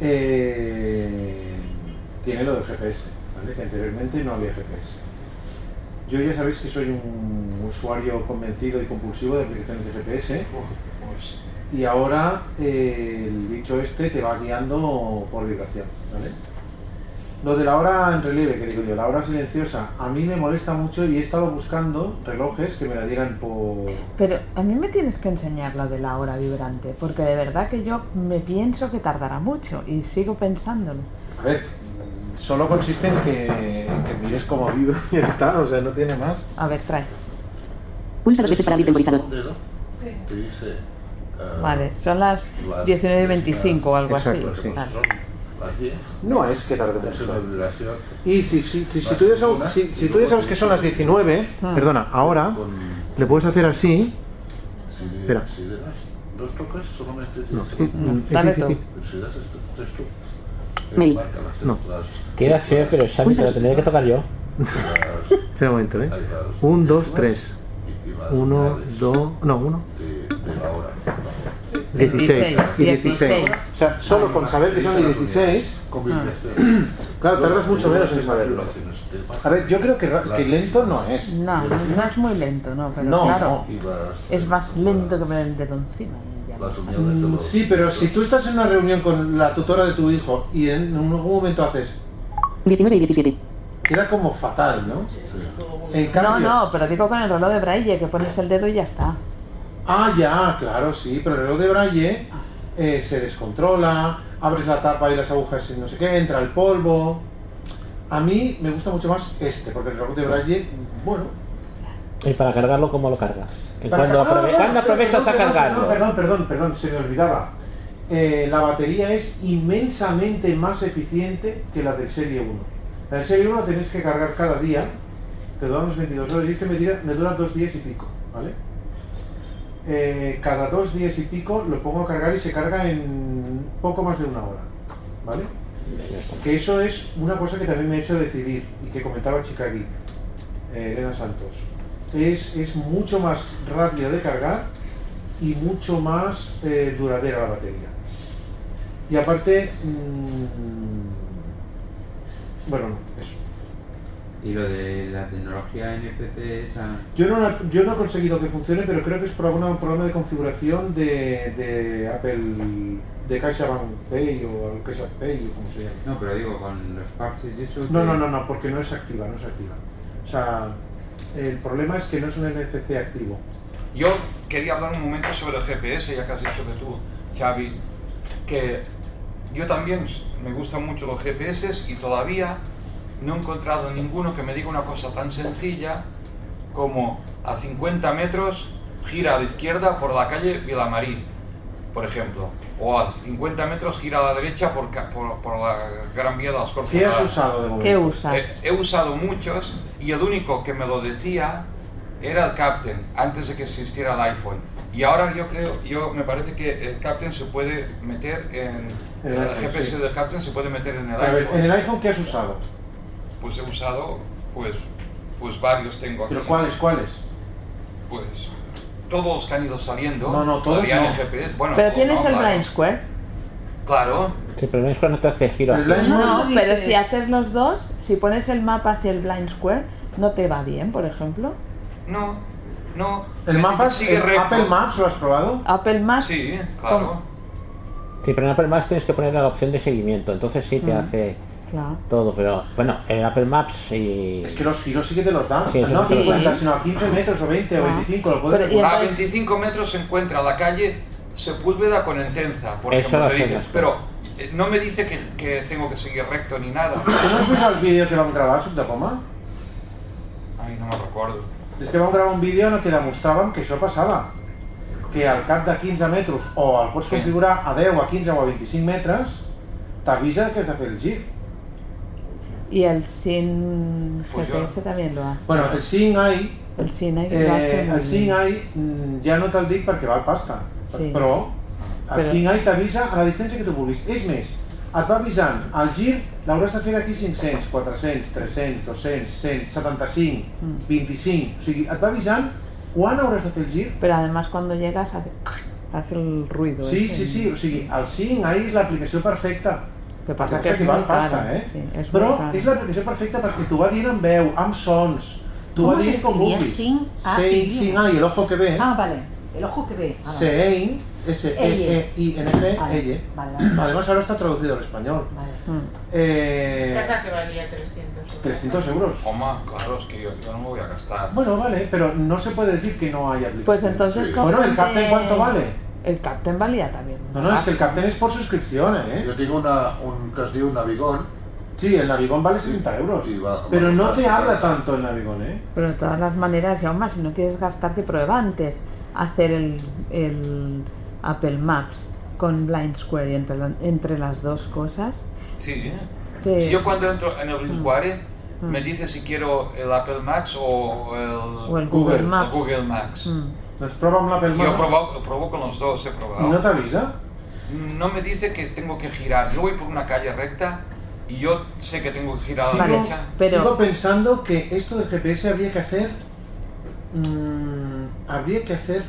Speaker 6: Eh, tiene lo del GPS, ¿vale? Que anteriormente no había GPS. Yo ya sabéis que soy un usuario convencido y compulsivo de aplicaciones de GPS. Y ahora eh, el bicho este te va guiando por vibración, ¿vale? Lo de la hora en relieve, que digo yo, la hora silenciosa, a mí me molesta mucho y he estado buscando relojes que me la dieran por...
Speaker 12: Pero a mí me tienes que enseñar lo de la hora vibrante, porque de verdad que yo me pienso que tardará mucho y sigo pensándolo.
Speaker 6: A ver, solo consiste en que, en que mires cómo vibra y ya está, o sea, no tiene más.
Speaker 12: A ver, trae.
Speaker 5: Pulsa dos veces para abrir temporizador.
Speaker 8: Un dedo que dice. eh,
Speaker 12: Vale, son las
Speaker 8: las-
Speaker 12: 19 y 25 o algo
Speaker 6: Exacto,
Speaker 12: así.
Speaker 6: sí.
Speaker 12: Vale.
Speaker 8: Son las 10.
Speaker 6: No es que tarde
Speaker 8: Es
Speaker 6: mucho.
Speaker 8: una vibración.
Speaker 6: Y si, si, si, si tú, ya sab- si- si tú ya sabes que son las 19,
Speaker 8: Ah.
Speaker 6: perdona, ahora le puedes hacer así.
Speaker 8: Si le,
Speaker 6: Espera.
Speaker 8: si le das dos toques, solamente
Speaker 6: No,
Speaker 8: tienes
Speaker 6: mm, mm, es Dale tú. difícil.
Speaker 8: Pero Si das estos tres toques, él
Speaker 5: Mail.
Speaker 8: marca las-
Speaker 6: No.
Speaker 8: las-
Speaker 2: Queda feo, pero Xavi
Speaker 6: Pues
Speaker 2: te lo tendría que tocar yo.
Speaker 6: Espera un momento, ¿eh? 1, 2, 3. 1, 2, no, 1.
Speaker 8: de la hora.
Speaker 6: 16. Y 16. O sea, solo con saber que son 16.
Speaker 8: Con
Speaker 6: Ah.
Speaker 8: vibraciones.
Speaker 6: Claro, tardas mucho menos en
Speaker 8: Las
Speaker 6: saberlo.
Speaker 8: vibraciones te marcan
Speaker 6: A ver, yo creo que, ra- que lento no es.
Speaker 12: No, no es muy lento, no, pero
Speaker 6: No,
Speaker 12: claro,
Speaker 6: no.
Speaker 8: y las-
Speaker 12: es más lento que me el dedo encima. y ya
Speaker 8: las
Speaker 12: no.
Speaker 8: unidades de
Speaker 6: Mm,
Speaker 8: los-
Speaker 6: Sí, pero si tú estás en una reunión con la tutora de tu hijo y en algún momento haces.
Speaker 5: 19 y 17.
Speaker 6: Era como fatal, ¿no? En
Speaker 12: No,
Speaker 6: cambio.
Speaker 12: no, pero digo con el reloj de Braille, que pones el dedo y ya está.
Speaker 6: Ah, ya, claro, sí, pero el reloj de Braille eh, se descontrola, abres la tapa y las agujas y no sé qué, entra el polvo. A mí me gusta mucho más este, porque el reloj de Braille, bueno.
Speaker 2: ¿Y para cargarlo cómo lo cargas? Que
Speaker 6: para
Speaker 2: cuando,
Speaker 6: ca- ah,
Speaker 2: aprove-
Speaker 6: no,
Speaker 2: cuando
Speaker 6: perdón,
Speaker 2: aprovechas a
Speaker 6: perdón,
Speaker 2: cargarlo?
Speaker 6: Perdón, perdón, perdón, perdón, se me olvidaba. Eh, la batería es inmensamente más eficiente que la del Serie 1. La del Serie 1 la tenés que cargar cada día, te dura unos 22 horas y este me, dura- me dura dos días y pico, ¿vale? Eh, cada dos días y pico lo pongo a cargar y se carga en poco más de una hora, ¿vale? Que eso es una cosa que también me ha hecho decidir y que comentaba Chica Geek, eh, Elena Santos. Es, es mucho más rápida de cargar y mucho más eh, duradera la batería. Y aparte, mm, bueno, no, eso.
Speaker 15: Y lo de la tecnología NFC esa...
Speaker 6: Yo no, la- yo no he conseguido que funcione, pero creo que es por algún problema de configuración de, de Apple, de CaixaBank Pay o Caixa Pay o como se llama.
Speaker 15: No, pero digo, con los parches y eso...
Speaker 6: No,
Speaker 15: que-
Speaker 6: no, no, no, porque no es activa, no es activa. O sea, el problema es que no es un NFC activo.
Speaker 3: Yo quería hablar un momento sobre el GPS, ya que has dicho que tú, Xavi, que yo también me gustan mucho los GPS y todavía no he encontrado ninguno que me diga una cosa tan sencilla como a 50 metros gira a la izquierda por la calle Vilamarín, por ejemplo, o a 50 metros gira a la derecha por, ca- por- por la Gran Vía de las Cortes.
Speaker 6: ¿Qué has usado de momento?
Speaker 12: ¿Qué usas?
Speaker 3: Eh, He, usado muchos y el único que me lo decía era el Captain antes de que existiera el iPhone. Y ahora yo creo, yo me parece que el Captain se puede meter en
Speaker 6: El
Speaker 3: el,
Speaker 6: iPhone,
Speaker 3: GPS
Speaker 6: sí.
Speaker 3: del Captain se puede meter en el
Speaker 6: A ver,
Speaker 3: iPhone.
Speaker 6: ¿en el iPhone qué has usado?
Speaker 3: Pues he usado, pues, pues varios tengo aquí.
Speaker 6: ¿Pero cuáles, cuáles?
Speaker 3: Pues todos los que han ido saliendo.
Speaker 6: No, no, todos
Speaker 3: todavía
Speaker 6: no.
Speaker 3: en GPS. Bueno,
Speaker 12: Pero
Speaker 3: todos
Speaker 12: tienes
Speaker 3: no,
Speaker 12: el
Speaker 3: claro.
Speaker 12: Blind Square.
Speaker 3: Claro.
Speaker 2: Sí, pero no es cuando te hace giro.
Speaker 6: El Blind
Speaker 12: No, pero si haces los dos, si pones el mapa y el Blind Square, ¿no te va bien, por ejemplo?
Speaker 3: No, no.
Speaker 6: ¿El, mapa,
Speaker 3: sigue
Speaker 6: el
Speaker 3: recto.
Speaker 6: Apple Maps lo has probado?
Speaker 12: Apple Maps.
Speaker 3: Sí, claro.
Speaker 6: Mm.
Speaker 2: Sí, pero en Apple Maps tienes que poner la opción de seguimiento, entonces sí te
Speaker 12: Ujú.
Speaker 2: hace...
Speaker 12: Claro.
Speaker 2: Todo, pero bueno, el Apple Maps y.
Speaker 6: Es que los giros sí que te los da.
Speaker 2: Sí, eso
Speaker 6: no a
Speaker 2: sí.
Speaker 6: 50, sino a 15 metros o 20 o
Speaker 12: Ah.
Speaker 6: 25. Lo puedes
Speaker 3: A
Speaker 6: calcular.
Speaker 3: 25 metros se encuentra la calle Sepúlveda con Entenza, por
Speaker 6: Eso
Speaker 3: ejemplo,
Speaker 6: lo
Speaker 3: te dice,
Speaker 6: hacemos.
Speaker 3: pero eh, no me dice que, que tengo que seguir recto ni nada.
Speaker 6: ¿Tú no has visto el vídeo que vam gravar, Sub de Poma?
Speaker 3: Ai, no me'n recordo.
Speaker 6: És que vam gravar un vídeo en el que demostràvem que això passava. Que al cap de 15 metres, o el pots configurar a 10, a 15 o a 25 metres, t'avisa que has de fer el gir.
Speaker 12: Y el sin
Speaker 3: Pues
Speaker 12: GPS también lo hace.
Speaker 6: Bueno, el SIN AI,
Speaker 12: El sin hay que lo hace
Speaker 6: eh,
Speaker 12: muy
Speaker 6: el SIN
Speaker 12: bien.
Speaker 6: AI mm, ja no te'l dic perquè val pasta,
Speaker 12: Sí.
Speaker 6: però el
Speaker 12: Però-
Speaker 6: SIN AI t'avisa a la distància que tu vulguis. És més, et va avisant, el gir l'hauràs de fer d'aquí 500, 400, 300, 200, 100, 75,
Speaker 12: Mm.
Speaker 6: 25, o sigui, et va avisant quan hauràs de fer el gir
Speaker 12: Pero además cuando llegas hace, hace el ruido.
Speaker 6: Sí,
Speaker 12: ese.
Speaker 6: sí, sí, o sigui, el Sing ahí és l'aplicació perfecta.
Speaker 12: Que passa
Speaker 6: El
Speaker 12: que és
Speaker 6: que val
Speaker 12: molt
Speaker 6: pasta,
Speaker 12: cara,
Speaker 6: eh?
Speaker 12: sí, és
Speaker 6: Però
Speaker 12: molt cara.
Speaker 6: és l'aplicació perfecta perquè t'ho va dient amb veu, amb sons, t'ho va
Speaker 10: ¿Cómo se
Speaker 6: dient com
Speaker 10: escribía
Speaker 6: vulguis.
Speaker 10: Sing
Speaker 12: ah,
Speaker 10: AI?
Speaker 6: Sing, Sing AI, el ojo que ve, eh?
Speaker 10: Ah, vale. El ojo que ve. Ah, vale. E
Speaker 6: Sein, E, S-E-E-I-N-G,
Speaker 10: Vale,
Speaker 6: Elle.
Speaker 10: vale,
Speaker 6: Además E ahora está traducido al español.
Speaker 12: Mm.
Speaker 6: Eh,
Speaker 16: Carta que valía 300.
Speaker 6: 300 euros.
Speaker 3: Home, claro, es que yo, yo no me voy a gastar.
Speaker 6: Bueno, vale, pero no se puede decir que no hay aplicación.
Speaker 12: Pues entonces, eh, ¿cómo
Speaker 6: Bueno,
Speaker 12: te-
Speaker 6: ¿el Captain cuánto vale?
Speaker 12: El Captain valía también.
Speaker 6: No, no, es que el Captain es por suscripción, ¿eh?
Speaker 8: Yo tengo una, un que es diu Navigón.
Speaker 6: Sí, el Navigón vale 70 euros. Pero no te habla tanto el Navigón, ¿eh?
Speaker 12: Pero de todas las maneras, ya más, si no quieres gastarte, prueba antes hacer el, el Apple Maps con Blind Square y entre, la- entre las dos cosas.
Speaker 3: Sí, Mm. ¿eh?
Speaker 12: Te-
Speaker 3: Si yo cuando entro en el Blinquare me dice si quiero el Apple Max o el,
Speaker 12: O el Google
Speaker 3: o
Speaker 12: Maps. Mm.
Speaker 3: Google Max. Mm.
Speaker 6: Doncs prova amb l'Apple
Speaker 3: Yo
Speaker 6: Maps.
Speaker 3: probo, probo con los dos, he probado.
Speaker 6: ¿Y no te avisa?
Speaker 3: No me dice que tengo que girar. Yo voy por una calle recta y yo sé que tengo que girar a la
Speaker 6: Sigo,
Speaker 3: derecha.
Speaker 6: sigo pensando que esto del GPS habría que hacer... mm, habría que hacer...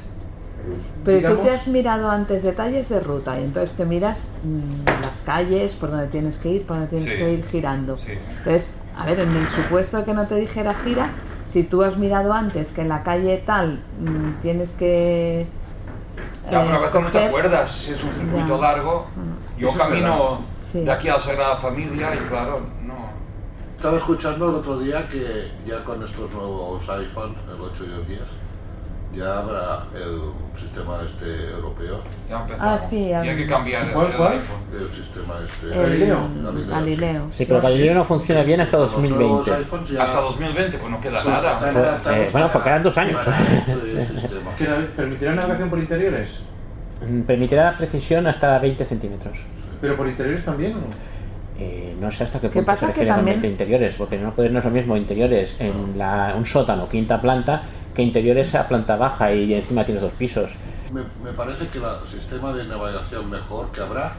Speaker 12: Pero tú
Speaker 6: digamos,
Speaker 12: te has mirado antes detalles de ruta y entonces te miras mm, las calles, por donde tienes que ir, por donde tienes
Speaker 10: Sí.
Speaker 12: que ir girando. Entonces, a ver, en el supuesto que no te dijera gira, si tú has mirado antes que en la calle tal mm, tienes que...
Speaker 3: Ya, pero a
Speaker 12: eh,
Speaker 3: veces no te
Speaker 12: coger-
Speaker 3: acuerdas, si es un circuito
Speaker 12: Ya.
Speaker 3: largo. Yo
Speaker 8: Eso es
Speaker 3: camino
Speaker 8: verdad.
Speaker 3: de aquí a la Sagrada Familia y claro, no.
Speaker 8: Estaba escuchando el otro día que ya con estos nuevos iPhones, el 8 y el 10, ya habrá el sistema este europeo.
Speaker 3: Ya
Speaker 12: Ah, sí, al-
Speaker 2: ¿Cuál, cuál?
Speaker 8: El sistema este.
Speaker 12: El-
Speaker 8: Galileo,
Speaker 12: Galileo.
Speaker 2: Sí, pero Galileo no funciona bien hasta 2020.
Speaker 3: Hasta 2020, pues no queda
Speaker 8: Sí,
Speaker 3: nada.
Speaker 8: está en
Speaker 2: Pues, eh, bueno, pues quedan dos años.
Speaker 8: este
Speaker 6: ¿Que nav- permitirá navegación por interiores?
Speaker 2: Mm, Permitirá la precisión hasta 20 centímetros.
Speaker 6: ¿Pero por interiores también o no?
Speaker 2: Eh, no sé hasta qué
Speaker 6: ¿Qué
Speaker 2: punto
Speaker 6: pasa
Speaker 2: se
Speaker 6: que
Speaker 2: refiere
Speaker 6: también-
Speaker 2: realmente a interiores, porque no, puede- no es lo mismo interiores
Speaker 6: Ah.
Speaker 2: en la, un sótano, quinta planta, que interiores a planta baja y encima tienes dos pisos.
Speaker 8: Me, me parece que el sistema de navegación mejor que habrá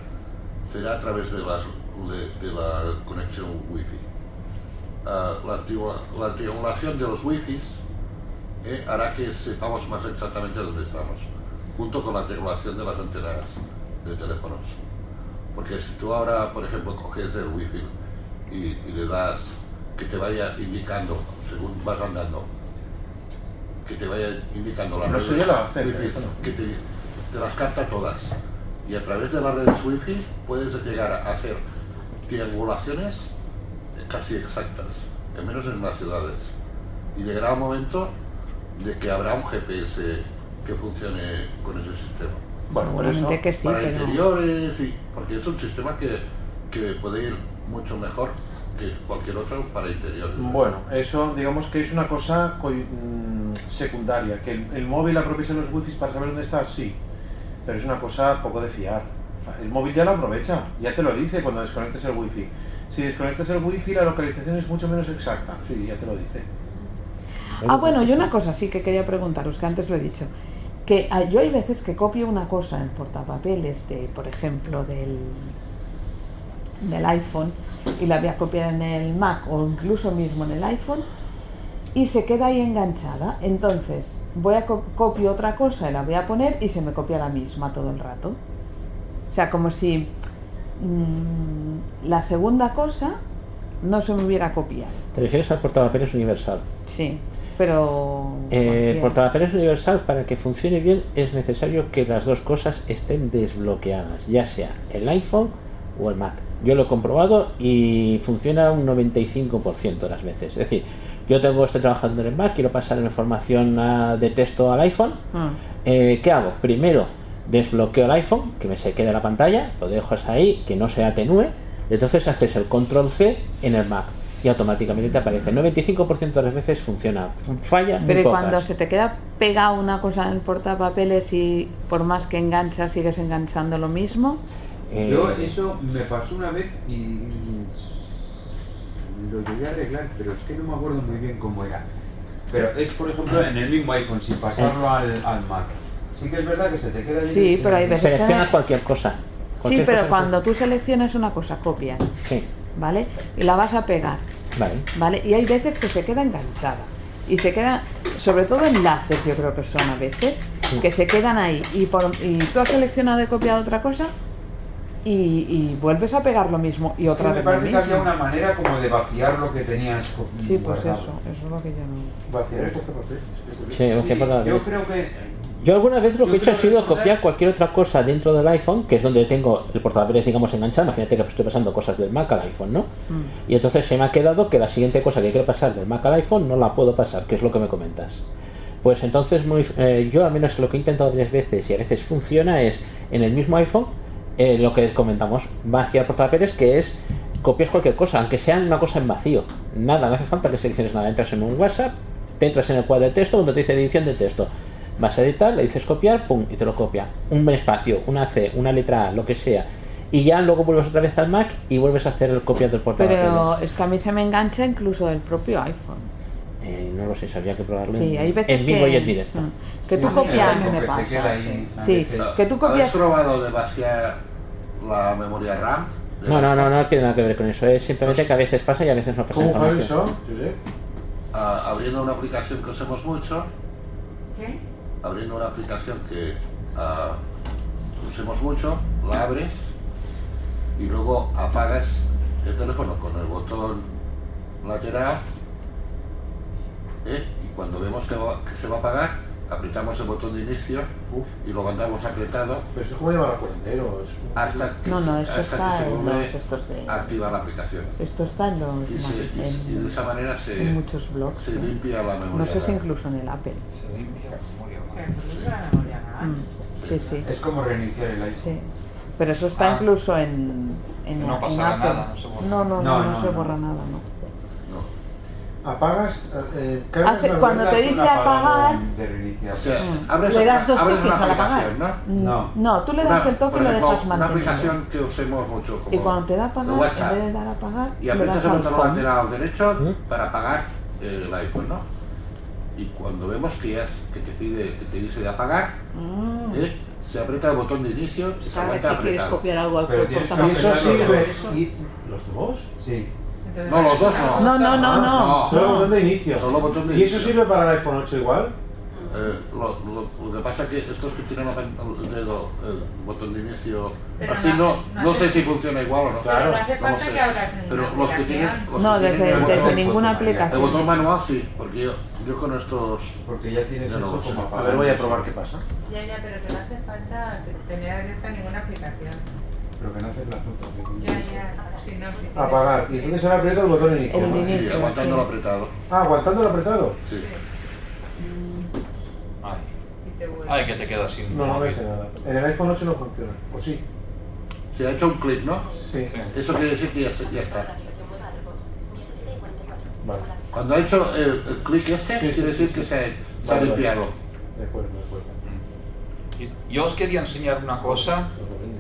Speaker 8: será a través de, las, de, de la conexión wifi. Ah, la, tribu- la triangulación de los wifis eh, hará que sepamos más exactamente dónde estamos, junto con la triangulación de las antenas de teléfonos. Porque si tú ahora, por ejemplo, coges el wifi y, y le das que te vaya indicando, según vas andando, que te vaya indicando las
Speaker 6: Pero eso ya lo hace el
Speaker 8: wifi,
Speaker 6: teléfono.
Speaker 8: que te, te las capta todas. Y a través de las redes wifi puedes llegar a hacer triangulaciones casi exactas, al menos en las ciudades. Y llegará un momento de que habrá un GPS que funcione con ese sistema.
Speaker 6: Bueno, por eso- Seguramente que sí,
Speaker 8: para
Speaker 6: pero-
Speaker 8: interiores y porque es un sistema que, que puede ir mucho mejor que cualquier otro para interiores.
Speaker 6: Bueno, eso digamos que es una cosa coi- mm, secundaria, que el, el móvil aprovecha los wifi para saber dónde estás, sí, pero es una cosa poco de fiar. O sea, el móvil ya lo aprovecha, ya te lo dice cuando desconectas el wifi. Si desconectas el wifi la localización es mucho menos exacta, sí, ya te lo dice.
Speaker 12: Ah, bueno, y una cosa sí que quería preguntaros, que antes lo he dicho. Que ah, yo hay veces que copio una cosa en portapapeles, de, por ejemplo, del, del iPhone, y la voy a copiar en el Mac o incluso mismo en el iPhone, y se queda ahí enganchada. Entonces, voy a co- copio otra cosa y la voy a poner y se me copia la misma todo el rato. O sea, como si mm, la segunda cosa no se me hubiera copiado.
Speaker 2: Te refieres al portapapeles universal.
Speaker 12: Sí, pero...
Speaker 2: Eh,
Speaker 12: cualquiera.
Speaker 2: portapapeles universal, para que funcione bien, es necesario que las dos cosas estén desbloqueadas, ya sea el iPhone o el Mac. Yo lo he comprobado y funciona un 95% de las veces. Es decir, yo tengo estoy trabajando en el Mac, quiero pasar la información a- de texto al iPhone.
Speaker 12: Ah,
Speaker 2: Eh, ¿Qué hago? Primero desbloqueo el iPhone, que me se quede la pantalla, lo dejo hasta ahí, que no se atenúe. Entonces haces el control C en el Mac y automáticamente te aparece. El 95% de las veces funciona, falla. muy
Speaker 12: Pero ¿y
Speaker 2: pocas.
Speaker 12: cuando se te queda pegada una cosa en el portapapeles y por más que enganchas sigues enganchando lo mismo,
Speaker 9: Eh,
Speaker 2: Eh,
Speaker 9: Yo
Speaker 12: Eh,
Speaker 9: eso me pasó una vez y lo llegué a arreglar, pero es que no me acuerdo muy bien cómo era. Pero es, por ejemplo, en el mismo iPhone, sin pasarlo al, al Mac. Sí que es verdad que se te queda ahí.
Speaker 12: Eh. Sí, pero hay veces que-
Speaker 2: Seleccionas cualquier cosa.
Speaker 12: sí,
Speaker 2: cualquier cosa
Speaker 12: pero
Speaker 2: que-
Speaker 12: cuando tú seleccionas una cosa, copias,
Speaker 2: Sí,
Speaker 12: ¿vale? Y la vas a pegar,
Speaker 2: vale.
Speaker 12: ¿vale? Y hay veces que se queda enganchada. Y se queda, sobre todo enlaces, yo creo que son a veces,
Speaker 2: Sí.
Speaker 12: que se quedan ahí. Y, por- y tú has seleccionado y copiado otra cosa y, y vuelves a pegar lo mismo y
Speaker 9: Sí,
Speaker 12: otra
Speaker 9: me
Speaker 12: vez.
Speaker 9: parece que
Speaker 12: lo
Speaker 9: había
Speaker 12: mismo.
Speaker 9: una manera como de vaciar lo que tenías co-
Speaker 12: Sí, pues
Speaker 9: guardado.
Speaker 12: eso, eso es lo que yo no.
Speaker 9: Vaciar el
Speaker 2: Sí, vaciar por la-
Speaker 9: Yo creo que
Speaker 2: Yo alguna vez lo que he hecho ha sido copiar cualquier otra cosa dentro del iPhone, que es donde tengo el portapapeles, digamos, enganchado. Imagínate que estoy pasando cosas del Mac al iPhone, ¿no? Y entonces se me ha quedado que la siguiente cosa que quiero pasar del Mac al iPhone no la puedo pasar, que es lo que me comentas. Pues entonces muy, eh, yo al menos lo que he intentado varias veces y a veces funciona es en el mismo iPhone eh, lo que les comentamos, vaciar portapapeles, que es copias cualquier cosa, aunque sea una cosa en vacío. Nada, no hace falta que selecciones nada. Entras en un WhatsApp, te entras en el cuadro de texto donde te dice edición de texto. Vas a editar, le dices copiar, pum, y te lo copia. Un espacio, una C, una letra A, lo que sea. Y ya luego vuelves otra vez al Mac y vuelves a hacer el copia del portapapeles.
Speaker 12: Pero es que a mí se me engancha incluso el propio iPhone.
Speaker 2: Eh, no lo sé, sabía que probarlo
Speaker 12: Sí,
Speaker 2: en-
Speaker 12: hay veces
Speaker 2: en vivo
Speaker 12: que- Mm.
Speaker 2: y en directo.
Speaker 12: Que tú
Speaker 8: Sí,
Speaker 12: copias.
Speaker 8: sí,
Speaker 12: me
Speaker 8: que se
Speaker 12: pasa,
Speaker 8: queda ahí,
Speaker 12: sí.
Speaker 8: a
Speaker 12: Sí,
Speaker 8: veces.
Speaker 12: que tú
Speaker 8: ¿Habéis
Speaker 12: copias.
Speaker 8: probado de vaciar la memoria RAM?
Speaker 2: No, no, no, no tiene nada que ver con eso. Es simplemente que a veces pasa y a veces no pasa.
Speaker 8: ¿Cómo fue
Speaker 2: información.
Speaker 8: eso, Josep? Ah, abriendo una aplicación que usamos mucho,
Speaker 16: ¿Qué?
Speaker 8: abriendo una aplicación que ah, usemos mucho, la abres y luego apagas el teléfono con el botón lateral ¿eh? y cuando vemos que, va- que se va a apagar, apretamos el botón de inicio y lo mandamos apretado. Pero eso es como llevar a cuarentero. Hasta que,
Speaker 12: No, no, eso
Speaker 8: hasta
Speaker 12: está
Speaker 8: que se
Speaker 12: en
Speaker 8: vuelve Ah.
Speaker 12: los estos de-
Speaker 8: a activar la aplicación.
Speaker 12: Esto está en los.
Speaker 8: Y, se- y se- y
Speaker 12: en-
Speaker 8: de esa manera se,
Speaker 12: en muchos blogs.
Speaker 8: se limpia la memoria.
Speaker 12: No sé si
Speaker 8: RAM.
Speaker 12: incluso en el Apple.
Speaker 3: Se limpia la memoria.
Speaker 12: Mm, Sí, sí.
Speaker 9: es como reiniciar el iPhone.
Speaker 12: Sí. Pero eso está
Speaker 9: Ah.
Speaker 12: incluso en. en
Speaker 9: No
Speaker 12: en
Speaker 9: pasará
Speaker 12: Apple.
Speaker 9: nada, no se borra.
Speaker 12: No, no, no,
Speaker 9: No,
Speaker 12: no
Speaker 9: no,
Speaker 12: se
Speaker 9: no.
Speaker 12: borra nada, no.
Speaker 6: Apagas, eh, cargas
Speaker 12: Hace-
Speaker 6: la
Speaker 12: cuando
Speaker 6: luz.
Speaker 12: te dice apagar.
Speaker 8: O sea,
Speaker 12: Mm.
Speaker 8: abres,
Speaker 12: Le das dos
Speaker 8: abres
Speaker 12: toques
Speaker 8: una
Speaker 12: al apagar.
Speaker 8: aplicación, ¿no?
Speaker 12: No. No, tú le das
Speaker 8: Una-
Speaker 12: el toque
Speaker 8: por
Speaker 12: y lo
Speaker 8: ejemplo,
Speaker 12: dejas
Speaker 8: Una
Speaker 12: mantenido.
Speaker 8: aplicación que usemos mucho, como
Speaker 12: Y cuando te da a
Speaker 8: el
Speaker 12: pagar, en
Speaker 8: WhatsApp.
Speaker 12: vez de dar a pagar,
Speaker 8: Y
Speaker 12: le
Speaker 8: aprietas
Speaker 12: das
Speaker 8: el
Speaker 12: al
Speaker 8: botón
Speaker 12: home. ¿Mm?
Speaker 8: lateral derecho para apagar el iPhone, ¿no? Y cuando vemos que, ya es- que te pide, que te dice de apagar,
Speaker 10: Ah.
Speaker 8: ¿eh? se aprieta el botón de inicio y se
Speaker 10: Cada vez
Speaker 8: aguanta
Speaker 10: que quieres
Speaker 8: apretado.
Speaker 10: copiar algo al
Speaker 8: Pero
Speaker 10: cuerpo,
Speaker 8: tienes
Speaker 10: está
Speaker 8: que
Speaker 10: más
Speaker 8: hacer
Speaker 10: fácil.
Speaker 8: algo de
Speaker 10: Eso.
Speaker 6: ¿Los dos?
Speaker 9: Sí.
Speaker 8: No, los dos no.
Speaker 10: No, no, no, no.
Speaker 6: Solo
Speaker 8: No.
Speaker 6: botón de inicio.
Speaker 8: Solo botón de
Speaker 6: ¿Y eso
Speaker 8: inicio.
Speaker 6: sirve para el iPhone 8 igual?
Speaker 8: Eh, lo, lo- lo que pasa es que estos que tienen la pan- el dedo, el botón de inicio,
Speaker 16: Pero
Speaker 8: así
Speaker 16: no
Speaker 8: no,
Speaker 16: hace-
Speaker 8: no,
Speaker 16: no
Speaker 8: sé
Speaker 16: hace-
Speaker 8: si funciona igual o no.
Speaker 16: Pero no hace falta que abras ninguna
Speaker 8: Pero los que tienen.
Speaker 16: aplicación.
Speaker 8: los
Speaker 12: No,
Speaker 8: que
Speaker 12: desde-
Speaker 8: tienen el
Speaker 12: desde
Speaker 8: botón-
Speaker 12: ninguna aplicación.
Speaker 8: El botón manual sí, porque yo, yo con estos.
Speaker 9: Porque ya tienes
Speaker 8: no
Speaker 9: esto
Speaker 8: lo sé.
Speaker 9: como
Speaker 8: A ver,
Speaker 9: apagado.
Speaker 8: voy a probar qué pasa.
Speaker 16: Ya, ya, pero que no hace falta tener abierta ninguna aplicación.
Speaker 9: Pero que no haces las notas.
Speaker 16: Ya, ya, si no, si quieres-
Speaker 6: Apagar. Y entonces ahora aprieto el botón de inicio.
Speaker 16: El de inicio,
Speaker 8: Sí, aguantándolo apretado.
Speaker 6: Ah, aguantando el apretado.
Speaker 8: Sí.
Speaker 3: Ay. Ay, que te quedas sin.
Speaker 6: No, no me
Speaker 3: móvil.
Speaker 6: dice nada. En el iPhone 8 no funciona. ¿O sí?
Speaker 8: Se ha hecho un clic, ¿no?
Speaker 6: Sí.
Speaker 8: Eso quiere decir que ya, se- ya está. Cuando ha hecho el, el clic este,
Speaker 6: Sí, sí,
Speaker 8: quiere decir
Speaker 6: sí,
Speaker 8: que
Speaker 6: sí.
Speaker 8: se ha, se ha
Speaker 6: Vale, vale.
Speaker 8: limpiado.
Speaker 6: De acuerdo, de acuerdo.
Speaker 3: Yo os quería enseñar una cosa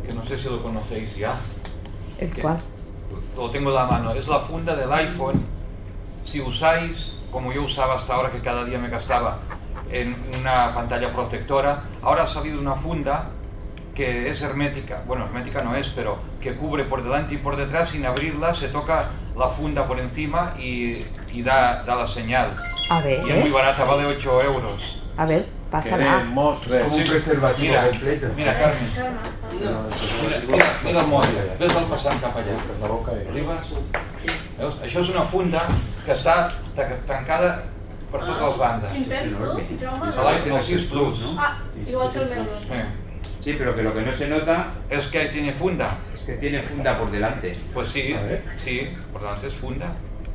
Speaker 3: que no sé si lo conocéis ya.
Speaker 12: ¿El
Speaker 3: que-
Speaker 12: cual?
Speaker 3: Lo tengo en la mano. Es la funda del iPhone. Si usáis, como yo usaba hasta ahora, que cada día me gastaba en una pantalla protectora, ahora ha salido una funda que es hermética. Bueno, hermética no es, pero que cubre por delante y por detrás sin abrirla. Se toca la funda por encima y, y da, da la señal.
Speaker 12: A ver, ¿eh?
Speaker 3: Y es muy barata, vale 8 euros.
Speaker 12: a ver, pásala.
Speaker 3: Es como un preservativo completo. Mira, Carmen. Mira, mira, mira el mòbil. Ves el passant cap allà. Arribes. Veus? Això és una funda que està ta- tancada per totes les bandes.
Speaker 14: Quin tens tu? Jo home,
Speaker 3: És l'iPhone 6 Plus.
Speaker 12: Ah.
Speaker 14: Ah, igual que el meu.
Speaker 3: Sí, pero que lo que no se nota es que Eh, tiene funda.
Speaker 9: que tiene funda por delante.
Speaker 3: Pues sí, sí, por delante es funda.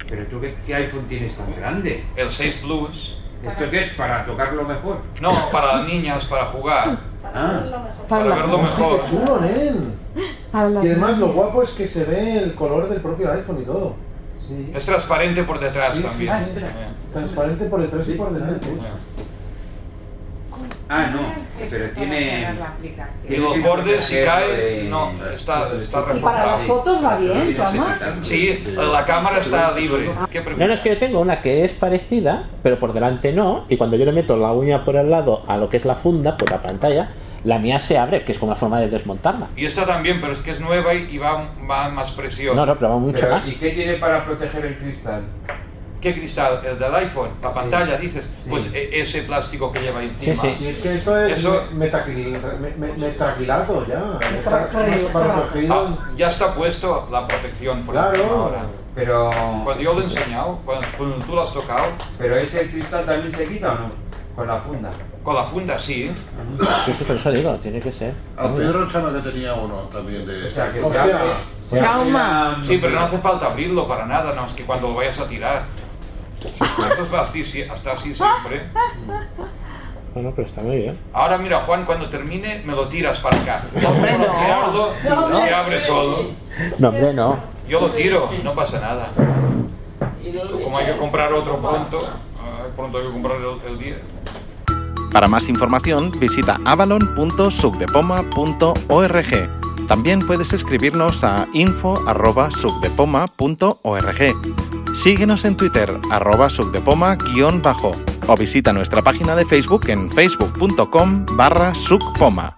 Speaker 9: Pero tú, ¿qué, qué iPhone tienes tan grande?
Speaker 3: El 6 Plus.
Speaker 9: ¿Esto qué es? ¿Para tocarlo mejor?
Speaker 3: No, para niñas, para jugar.
Speaker 8: Ah.
Speaker 3: Para verlo mejor.
Speaker 6: Qué chulo, nen. Y además lo guapo es que se ve el color del propio iPhone y todo. Sí.
Speaker 3: Es transparente por detrás Eh,
Speaker 6: Sí, sí,
Speaker 3: también.
Speaker 6: sí. Transparente por
Speaker 3: Pues
Speaker 6: detrás y por delante. pues.
Speaker 15: Ah, no, pero tiene.
Speaker 3: Y los bordes, si cae, no, está, está reforzado.
Speaker 10: para las fotos va bien, Juanma.
Speaker 3: Sí, la cámara está libre. ¿Qué
Speaker 2: No, no, es que yo tengo una que es parecida, pero por delante no, y cuando yo le meto la uña por el lado a lo que es la funda, por la pantalla, la mía se abre, que es como una forma de desmontarla.
Speaker 3: Y esta también, pero es que es nueva y y va, va más presión.
Speaker 2: No, no, pero va mucho ¿eh?
Speaker 3: Pero,
Speaker 2: más.
Speaker 3: ¿y
Speaker 9: ¿Qué tiene para proteger el cristal?
Speaker 3: ¿Qué cristal? ¿El del iPhone? ¿La pantalla, dices? Pues e- ese plástico que lleva encima.
Speaker 6: Y es que esto es
Speaker 3: Eso-
Speaker 6: metaquil- me- me- metaquilato ya. Ya está protegido.
Speaker 3: Ah, ya está puesto la protección por
Speaker 6: Claro.
Speaker 3: encima ahora.
Speaker 9: Pero.
Speaker 3: Cuando yo lo he enseñado, cuando, cuando tú lo has tocado.
Speaker 9: ¿Pero ese cristal también se quita o no? Con la funda.
Speaker 3: Con la funda sí. ¿eh?
Speaker 2: Sí, sí, por eso digo, tiene que ser.
Speaker 8: Al Pedro Chama que tenía uno también de... O
Speaker 9: sea, que
Speaker 3: se abre.
Speaker 2: Se abre Trauma. la-
Speaker 3: Sí, pero no hace falta abrirlo para nada, no es que cuando lo vayas a tirar. Esto es así, sí, hasta así siempre.
Speaker 2: Bueno, pero está muy bien.
Speaker 3: Ahora mira, Juan, cuando termine me lo tiras para acá. Yo puedo tirarlo,
Speaker 17: No,
Speaker 3: se
Speaker 17: hombre.
Speaker 3: abre solo.
Speaker 2: No, hombre, no.
Speaker 3: Yo lo tiro, no pasa nada. Como hay que comprar otro pronto, ah, pronto hay que comprar el, el 10.
Speaker 18: Para más información, visita avalon.subdepoma.org. También puedes escribirnos a info.subdepoma.org. Síguenos en Twitter, arroba subdepoma-bajo, o visita nuestra página de Facebook en facebook.com barra subpoma.